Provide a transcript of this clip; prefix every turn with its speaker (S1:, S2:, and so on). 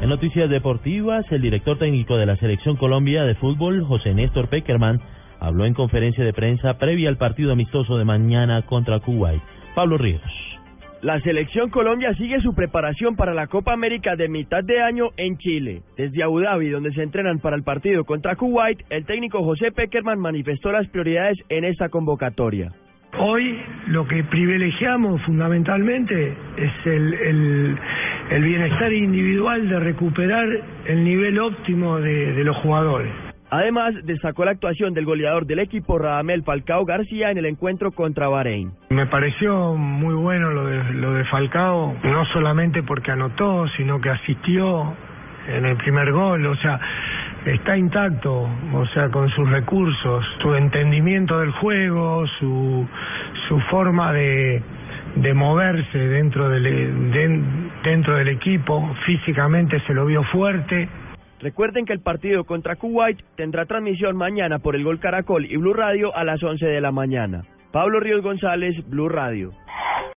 S1: En noticias deportivas, el director técnico de la Selección Colombia de Fútbol, José Néstor Peckerman, habló en conferencia de prensa previa al partido amistoso de mañana contra Kuwait. Pablo Ríos.
S2: La selección Colombia sigue su preparación para la Copa América de mitad de año en Chile. Desde Abu Dhabi, donde se entrenan para el partido contra Kuwait, el técnico José Peckerman manifestó las prioridades en esta convocatoria.
S3: Hoy lo que privilegiamos fundamentalmente es el, el, el bienestar individual de recuperar el nivel óptimo de, de los jugadores.
S2: Además, destacó la actuación del goleador del equipo Radamel Falcao García en el encuentro contra Bahrein.
S3: Me pareció muy bueno lo de, lo de Falcao, no solamente porque anotó, sino que asistió en el primer gol, o sea, está intacto, o sea, con sus recursos, su entendimiento del juego, su, su forma de, de moverse dentro del, de- dentro del equipo, físicamente se lo vio fuerte.
S2: Recuerden que el partido contra Kuwait tendrá transmisión mañana por el Gol Caracol y Blue Radio a las 11 de la mañana. Pablo Ríos González, Blue Radio.